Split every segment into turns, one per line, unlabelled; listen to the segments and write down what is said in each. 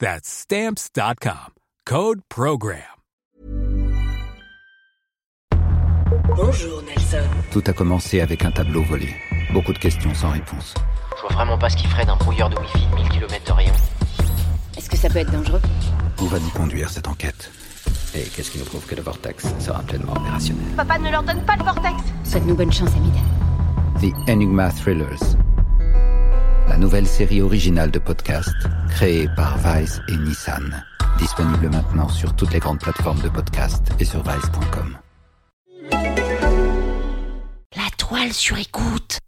That's stamps.com. Code Program.
Bonjour Nelson.
Tout a commencé avec un tableau volé. Beaucoup de questions sans réponse.
Je vois vraiment pas ce qu'il ferait d'un brouilleur de Wi-Fi de 1000 km de rayon.
Est-ce que ça peut être dangereux
On va nous conduire cette enquête.
Et qu'est-ce qui nous prouve que le vortex sera pleinement opérationnel
Papa ne leur donne pas le vortex
Souhaite-nous bonne chance, Amida.
The Enigma Thrillers. La nouvelle série originale de podcast créée par Vice et Nissan. Disponible maintenant sur toutes les grandes plateformes de podcast et sur vice.com.
La toile sur écoute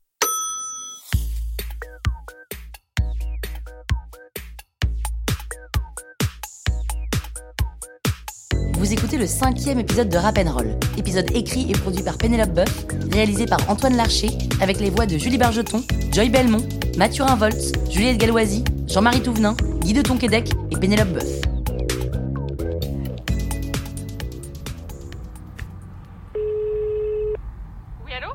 Vous écoutez le cinquième épisode de Rap and Roll, épisode écrit et produit par Pénélope Boeuf, réalisé par Antoine Larcher, avec les voix de Julie Bargeton, Joy Belmont, Mathurin Voltz, Juliette Galoisi, Jean-Marie Touvenin, Guy de Tonquédec et Pénélope Boeuf.
Oui, allô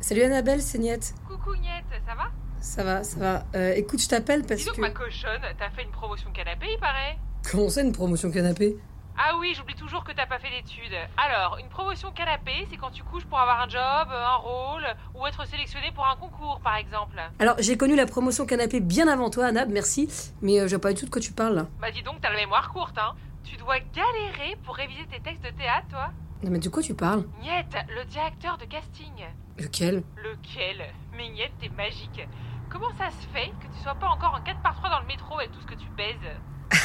Salut Annabelle, c'est Niette.
Coucou Niette, ça va
Ça va, ça va. Euh, écoute, je t'appelle parce
Dis donc,
que.
ma cochonne, t'as fait une promotion canapé, il paraît
Comment ça, une promotion canapé
Ah oui, j'oublie toujours que t'as pas fait d'études. Alors, une promotion canapé, c'est quand tu couches pour avoir un job, un rôle, ou être sélectionné pour un concours, par exemple.
Alors, j'ai connu la promotion canapé bien avant toi, Annab, merci, mais euh, je vois pas du tout de quoi tu parles là.
Bah dis donc, t'as la mémoire courte, hein Tu dois galérer pour réviser tes textes de théâtre, toi
Non, mais de quoi tu parles
Niette, le directeur de casting.
Lequel
Lequel Mais Niette, t'es magique Comment ça se fait que tu sois pas encore en 4x3 dans le métro avec tout ce que tu baises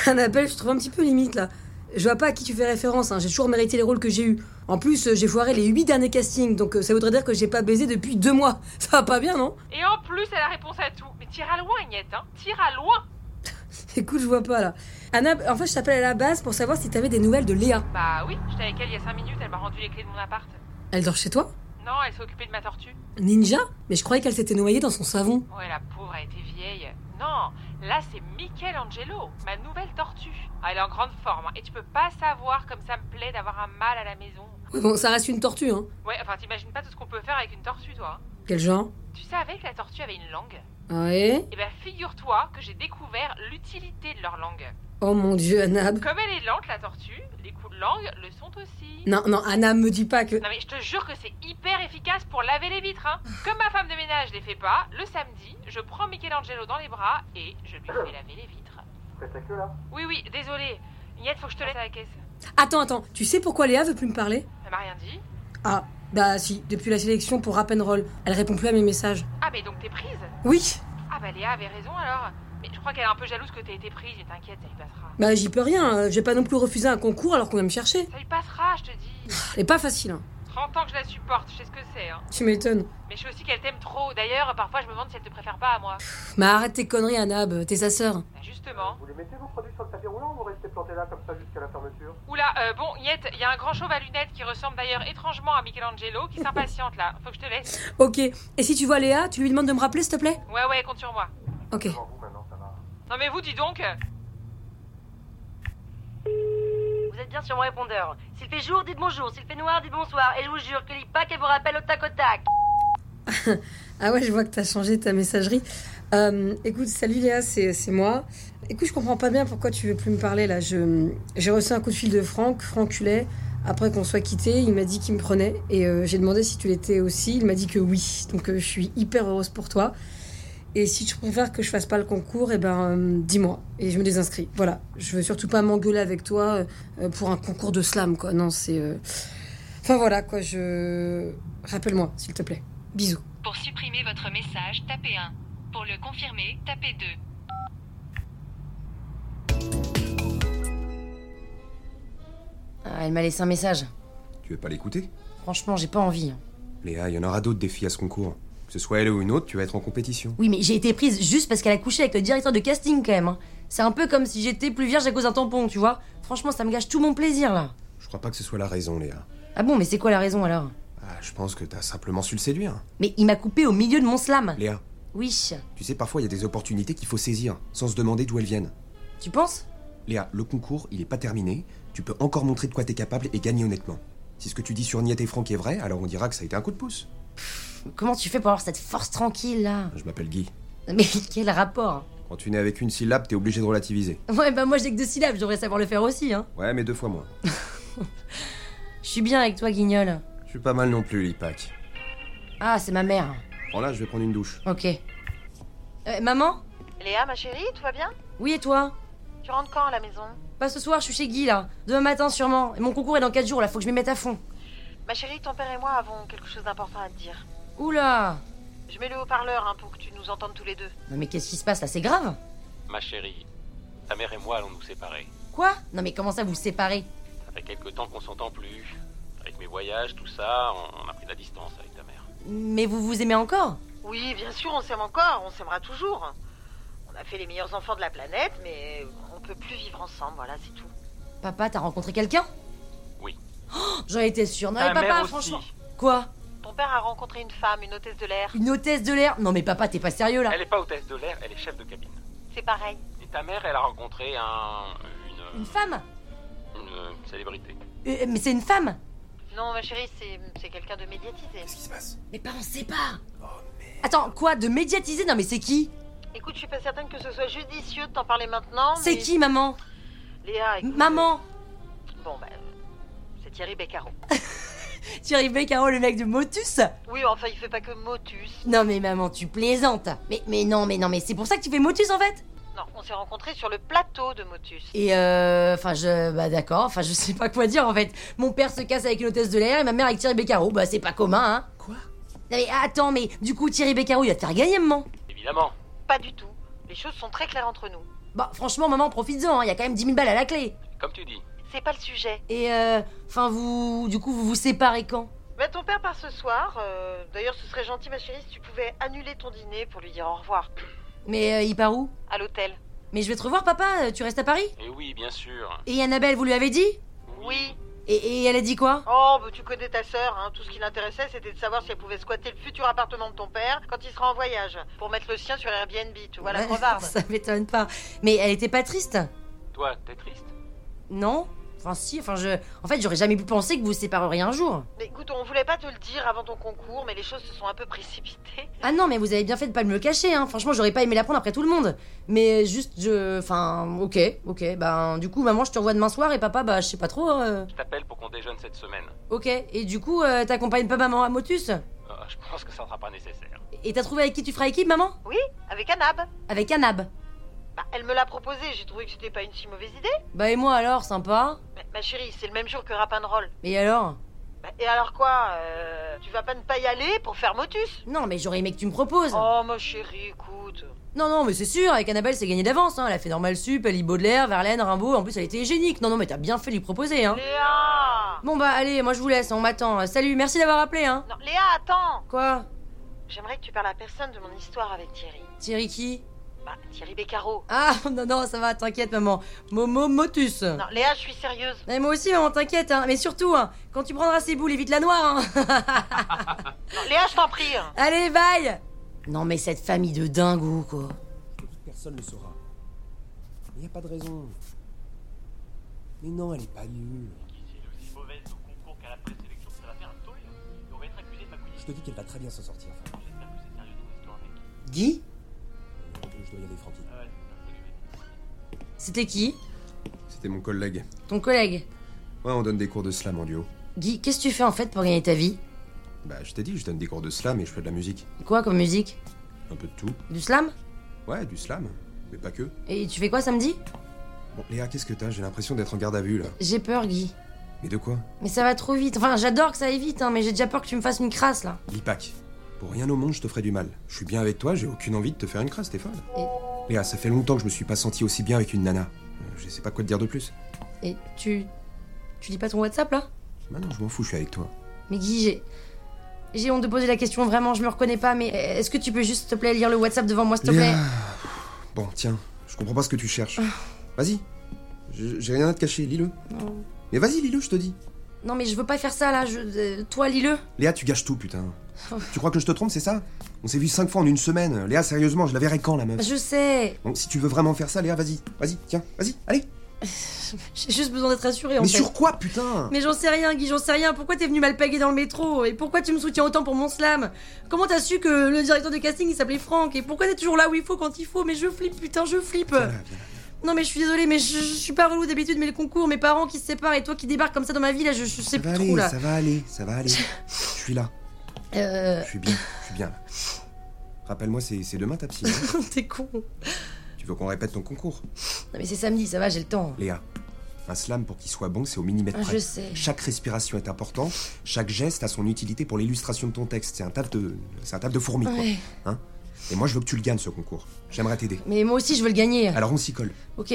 Annabelle, je te trouve un petit peu limite là. Je vois pas à qui tu fais référence, hein. j'ai toujours mérité les rôles que j'ai eus. En plus, euh, j'ai foiré les 8 derniers castings, donc euh, ça voudrait dire que j'ai pas baisé depuis deux mois. Ça va pas bien, non
Et en plus, elle a la réponse à tout. Mais tire à loin, Agnette, hein Tire à loin
Écoute, je vois pas là. Annab, en fait, je t'appelle à la base pour savoir si t'avais des nouvelles de Léa.
Bah oui, j'étais avec elle il y a 5 minutes, elle m'a rendu les clés de mon appart.
Elle dort chez toi
Non, elle s'est occupée de ma tortue.
Ninja Mais je croyais qu'elle s'était noyée dans son savon.
Ouais, la pauvre, elle était vieille. Non, là, c'est Michelangelo, ma nouvelle tortue. Ah, elle est en grande forme, hein. et tu peux pas savoir comme ça me plaît d'avoir un mâle à la maison.
Ouais, Bon, ça reste une tortue, hein.
Ouais, enfin, t'imagines pas tout ce qu'on peut faire avec une tortue, toi. hein.
Quel genre
Tu savais que la tortue avait une langue
Ouais.
Eh ben, figure-toi que j'ai découvert l'utilité de leur langue.
Oh mon dieu, Anab.
Comme elle est lente, la tortue, les coups de langue le sont aussi.
Non, non, Anab, me dis pas que.
Non mais je te jure que c'est hyper efficace pour laver les vitres, hein. Comme ma femme de ménage les fait pas, le samedi, je prends Michelangelo dans les bras et je lui fais laver les vitres. Oui oui, désolé. Niette, faut que je te laisse à la caisse.
Attends, attends, tu sais pourquoi Léa veut plus me parler
Elle m'a rien dit.
Ah, bah si, depuis la sélection pour Rap and Roll, elle répond plus à mes messages.
Ah mais donc t'es prise
Oui
Ah bah Léa avait raison alors. Mais je crois qu'elle est un peu jalouse que t'aies été prise, mais t'inquiète, ça lui passera.
Bah j'y peux rien, euh, je vais pas non plus refuser un concours alors qu'on va me chercher.
Ça lui passera, je te dis.
Elle est pas facile, hein.
30 ans que je la supporte, je sais ce que c'est, hein.
Tu m'étonnes.
Mais je sais aussi qu'elle t'aime trop. D'ailleurs, parfois je me demande si elle te préfère pas à moi.
Mais Bah, arrête tes conneries, Anab, euh, t'es sa sœur.
Bah, justement.
Vous les mettez vos produits sur le tapis roulant ou vous restez planté là comme ça jusqu'à la fermeture
Oula, euh, bon, Niette, il y a un grand chauve à lunettes qui ressemble d'ailleurs étrangement à Michelangelo qui s'impatiente là. Faut que je te laisse.
Ok, et si tu vois Léa, tu lui demandes de me rappeler s'il te plaît
Ouais, ouais, compte sur moi.
Ok.
Devant vous maintenant, ça va.
Non mais vous, dis donc.
bien sur mon répondeur. S'il fait jour, dites bonjour. S'il fait noir, dites bonsoir. Et je vous jure que l'IPAC, elle vous rappelle au tac au tac.
Ah ouais, je vois que t'as changé ta messagerie. Euh, écoute, salut Léa, c'est c'est moi. Écoute, je comprends pas bien pourquoi tu veux plus me parler là. Je j'ai reçu un coup de fil de Franck, Franck Hulet. Après qu'on soit quitté, il m'a dit qu'il me prenait et euh, j'ai demandé si tu l'étais aussi. Il m'a dit que oui. Donc euh, je suis hyper heureuse pour toi. Et si tu préfères que je fasse pas le concours, eh ben euh, dis-moi et je me désinscris. Voilà, je veux surtout pas m'engueuler avec toi euh, pour un concours de slam quoi. Non, c'est euh, Enfin voilà quoi, je rappelle-moi s'il te plaît. Bisous.
Pour supprimer votre message, tapez 1. Pour le confirmer, tapez 2.
Ah, elle m'a laissé un message.
Tu veux pas l'écouter
Franchement, j'ai pas envie. hein.
Léa, il y en aura d'autres des filles à ce concours. Que ce soit elle ou une autre, tu vas être en compétition.
Oui, mais j'ai été prise juste parce qu'elle a couché avec le directeur de casting quand même. hein. C'est un peu comme si j'étais plus vierge à cause d'un tampon, tu vois. Franchement, ça me gâche tout mon plaisir là.
Je crois pas que ce soit la raison, Léa.
Ah bon, mais c'est quoi la raison alors
Ah, je pense que t'as simplement su le séduire.
Mais il m'a coupé au milieu de mon slam.
Léa,
Oui,
tu sais, parfois il y a des opportunités qu'il faut saisir, sans se demander d'où elles viennent.
tu penses
Léa, le concours, il est pas terminé. Tu peux encore montrer de quoi t'es capable et gagner honnêtement. Si ce que tu dis sur Niette et Franck est vrai, alors on dira que ça a été un coup de pouce. Hein,
Comment tu fais pour avoir cette force tranquille là
Je m'appelle Guy.
Mais quel rapport hein.
Quand tu nais avec une syllabe, t'es obligé de relativiser.
Ouais, bah moi j'ai que deux syllabes, je devrais savoir le faire aussi, hein.
Ouais, mais deux fois moins.
Je suis bien avec toi, Guignol.
Je suis pas mal non plus, Lipac.
Ah, c'est ma mère.
Bon là, je vais prendre une douche.
Ok. Euh, maman
Léa, ma chérie, tout va bien
Oui, et toi
Tu rentres quand à la maison
Pas ce soir, je suis chez Guy là. Demain matin sûrement. Et mon concours est dans 4 jours là, faut que je m'y mette à fond.
Ma chérie, ton père et moi avons quelque chose d'important à te dire.
Oula
Je mets le haut-parleur hein, pour que tu nous entendes tous les deux.
Non mais qu'est-ce qui se passe là C'est grave
Ma chérie, ta mère et moi allons nous séparer.
Quoi Non mais comment ça vous séparez
Ça fait quelque temps qu'on s'entend plus. Avec mes voyages, tout ça, on a pris de la distance avec ta mère.
Mais vous vous aimez encore
Oui, bien sûr, on s'aime encore, on s'aimera toujours. On a fait les meilleurs enfants de la planète, mais on peut plus vivre ensemble, voilà, c'est tout.
Papa, t'as rencontré quelqu'un
Oui.
Oh, J'en étais sûre. Non
Ta
mais papa,
mère aussi.
franchement. Quoi
Ton père a rencontré une femme, une hôtesse de l'air.
Une hôtesse de l'air Non mais papa, t'es pas sérieux là
Elle est pas hôtesse de l'air, elle est chef de cabine.
C'est pareil.
Et ta mère, elle a rencontré un. une.
Une femme
une, une célébrité.
Euh, Mais c'est une femme
Non, ma chérie, c'est c'est quelqu'un de médiatisé. Qu'est-ce
qui se passe
Mais pas on sait pas Attends, quoi De médiatiser Non mais c'est qui
Écoute, je suis pas certaine que ce soit judicieux de t'en parler maintenant.
C'est
mais-
qui maman
Léa, écoute,
Maman
euh, Bon, bah. C'est Thierry Beccaro.
Thierry Beccaro, le mec de Motus
Oui, enfin, il fait pas que Motus.
Non mais maman, tu plaisantes. Mais mais non, mais non, mais c'est pour ça que tu fais motus en fait.
Non, on s'est rencontrés sur le plateau de Motus.
Et euh, enfin je, bah d'accord, enfin je sais pas quoi dire en fait. Mon père se casse avec une hôtesse de l'air et ma mère avec Thierry Beccaro, bah c'est pas commun hein.
Quoi
Non mais attends, mais du coup Thierry Beccaro il va te faire gagner maman.
Évidemment.
Pas du tout. Les choses sont très claires entre nous.
Bah franchement maman profites-en, hein, il y a quand même 10 000 balles à la clé.
Comme tu dis.
C'est pas le sujet.
Et euh, enfin vous, du coup vous vous séparez quand
Bah, ton père part ce soir. euh, D'ailleurs, ce serait gentil, ma chérie, si tu pouvais annuler ton dîner pour lui dire au revoir.
Mais euh, il part où
À l'hôtel.
Mais je vais te revoir papa, euh, tu restes à Paris
Et oui, bien sûr.
Et Annabelle vous lui avez dit
Oui.
et, et elle a dit quoi
Oh, bah, tu connais ta sœur. hein. Tout ce qui l'intéressait, c'était de savoir si elle pouvait squatter le futur appartement de ton père quand il sera en voyage. Pour mettre le sien sur Airbnb, tu vois la
Ouais,
crevarde.
Ça m'étonne pas. Mais elle était pas triste
Toi, t'es triste
Non Enfin si, enfin je... En fait, j'aurais jamais pu penser que vous vous sépareriez un jour.
Mais écoute, on voulait pas te le dire avant ton concours, mais les choses se sont un peu précipitées.
Ah non, mais vous avez bien fait de pas me le cacher, hein. Franchement, j'aurais pas aimé l'apprendre après tout le monde. Mais juste, je... Enfin, ok, ok. Ben, du coup, maman, je te revois demain soir et papa, bah, je sais pas trop. euh,
Je t'appelle pour qu'on déjeune cette semaine.
Ok. Et du coup, euh, t'accompagnes pas maman à Motus
Euh, je pense que ça sera pas nécessaire.
Et t'as trouvé avec qui tu feras équipe, maman
Oui, avec Anab.
Avec Anab.
Bah, elle me l'a proposé, j'ai trouvé que c'était pas une si mauvaise idée.
Bah et moi alors, sympa.
Mais, ma chérie, c'est le même jour que Rap'n'Roll.
Mais alors
Bah, Et alors quoi euh, Tu vas pas ne pas y aller pour faire motus
Non, mais j'aurais aimé que tu me proposes.
Oh ma chérie, écoute.
Non, non, mais c'est sûr, avec Annabelle, c'est gagné d'avance. Hein. Elle a fait Normal Sup, elle lit Baudelaire, Verlaine, Rimbaud. En plus, elle était génique. Non, non, mais t'as bien fait de lui proposer, hein.
Léa
Bon bah allez, moi je vous laisse, on m'attend. Euh, Salut, merci d'avoir appelé hein.
Non, Léa, attends
Quoi
J'aimerais que tu parles à personne de mon histoire avec Thierry.
Thierry qui
Bah, Thierry Beccaro.
Ah non non, ça va, t'inquiète maman. Momo Motus.
Non, Léa, je suis sérieuse.
Et moi aussi maman, t'inquiète hein. Mais surtout, hein, quand tu prendras ces boules, évite la noire hein.
Non, Léa, je t'en prie.
allez, bye. Non mais cette famille de dingos quoi.
Personne ne saura. Il n'y a pas de raison. Mais non, elle est pas nulle.
aussi mauvaise au concours qu'à la présélection, ça va faire un tollé. Et on va être accusé de magouiller.
Je te dis qu'elle va très bien s'en sortir.
J'espère que c'est sérieux ton histoire, mec.
Guy Je dois y aller, Francky.
Ah ouais,
C'était qui
C'était mon collègue.
Ton collègue.
Ouais, on donne des cours de slam en duo.
Guy, qu'est-ce que tu fais en fait pour gagner ta vie
Bah, je t'ai dit, je donne des cours de slam et je fais de la musique.
Quoi comme musique
Un peu de tout.
Du slam
Ouais, du slam, mais pas que.
Et tu fais quoi samedi
Bon, Léa, qu'est-ce que t'as J'ai l'impression d'être en garde à vue, là.
J'ai peur, Guy.
Mais de quoi
Mais ça va trop vite. Enfin, j'adore que ça aille vite, hein, mais j'ai déjà peur que tu me fasses une crasse là.
L'IPAC. Pour rien au monde, je te ferai du mal. Je suis bien avec toi, j'ai aucune envie de te faire une crasse, t'es folle. Léa, ça fait longtemps que je me suis pas senti aussi bien avec une nana. Euh, Je sais pas quoi te dire de plus.
Et tu. Tu lis pas ton WhatsApp là
Maintenant, Bah je m'en fous, je suis avec toi.
Mais Guy, j'ai. J'ai honte de poser la question, vraiment, je me reconnais pas, mais est-ce que tu peux juste, s'il te plaît, lire le WhatsApp devant moi, s'il te plaît Ah.
Léa. Bon, tiens, je comprends pas ce que tu cherches. Vas-y. Je- J'ai rien à te cacher, lis-le.
Non.
Mais vas-y, lis-le, je te dis.
Non, mais je veux pas faire ça là, je. euh, toi, lis-le.
Léa, tu gâches tout, putain.
Oh.
tu crois que je te trompe, c'est ça On s'est vu cinq fois en une semaine. Léa, sérieusement, je la verrai quand, la meuf
Je sais.
Bon, si tu veux vraiment faire ça, Léa, vas-y. Vas-y, tiens, vas-y, allez.
J'ai juste besoin d'être rassurée en
Mais
fait.
sur quoi, putain
Mais j'en sais rien, Guy, j'en sais rien. Pourquoi t'es venu m'alpaguer dans le métro Et pourquoi tu me soutiens autant pour mon slam Comment t'as su que le directeur de casting il s'appelait Franck Et pourquoi t'es toujours là où il faut quand il faut Mais je flippe, putain, je flippe Non, mais je suis désolée, mais je, je suis pas relou d'habitude, mais le concours, mes parents qui se séparent et toi qui débarques comme ça dans ma vie, là, je, je sais
Ça
plus
va
trop
aller,
là.
ça va aller, ça va aller. Je suis là,
Euh.
je suis bien, je suis bien là. Rappelle-moi, c'est c'est demain ta psy. hein
t'es con. Non,
tu veux qu'on répète ton concours
mais c'est samedi, ça va, j'ai le temps.
Léa, un slam pour qu'il soit bon, c'est au millimètre
Ah,
près.
je sais.
Chaque respiration est importante, chaque geste a son utilité pour l'illustration de ton texte. C'est un taf de, c'est un taf de fourmi, quoi.
Ouais.
Hein Et moi, je veux que tu le gagnes ce concours. J'aimerais t'aider.
Mais moi aussi, je veux le gagner.
Alors on s'y colle.
Ok.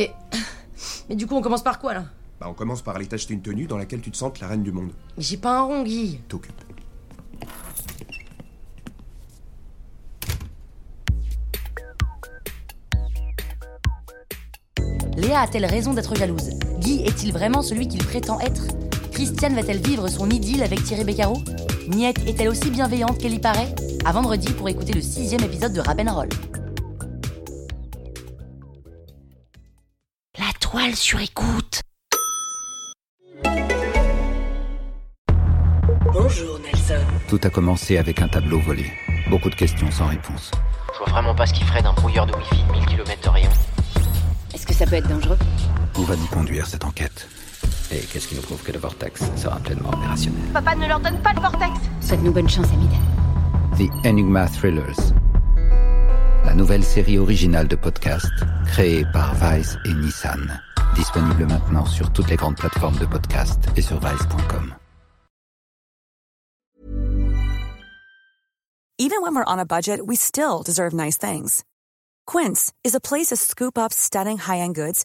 Mais du coup, on commence par quoi là
Bah, on commence par aller t'acheter une tenue dans laquelle tu te sentes la reine du monde.
Mais j'ai pas un rond, Guy.
T'occupes.
Léa a-t-elle raison d'être jalouse Guy est-il vraiment celui qu'il prétend être Christiane va-t-elle vivre son idylle avec Thierry Beccaro Niette est-elle aussi bienveillante qu'elle y paraît À vendredi pour écouter le sixième épisode de Roll. La toile sur écoute
Bonjour Nelson.
Tout a commencé avec un tableau volé. Beaucoup de questions sans réponse.
Je vois vraiment pas ce qu'il ferait d'un brouilleur de wifi de 1000 km de rayon.
Est-ce que ça peut être dangereux
On va y conduire cette enquête.
Et qu'est-ce qui nous prouve que le vortex sera pleinement opérationnel
Papa ne leur donne pas le vortex.
Souhaite-nous bonne chance, Amidel.
The Enigma Thrillers. La nouvelle série originale de podcast créée par Vice et Nissan. Disponible maintenant sur toutes les grandes plateformes de podcast et sur vice.com.
Even when we're on a budget, we still deserve nice things. Quince is a place to scoop up stunning high-end goods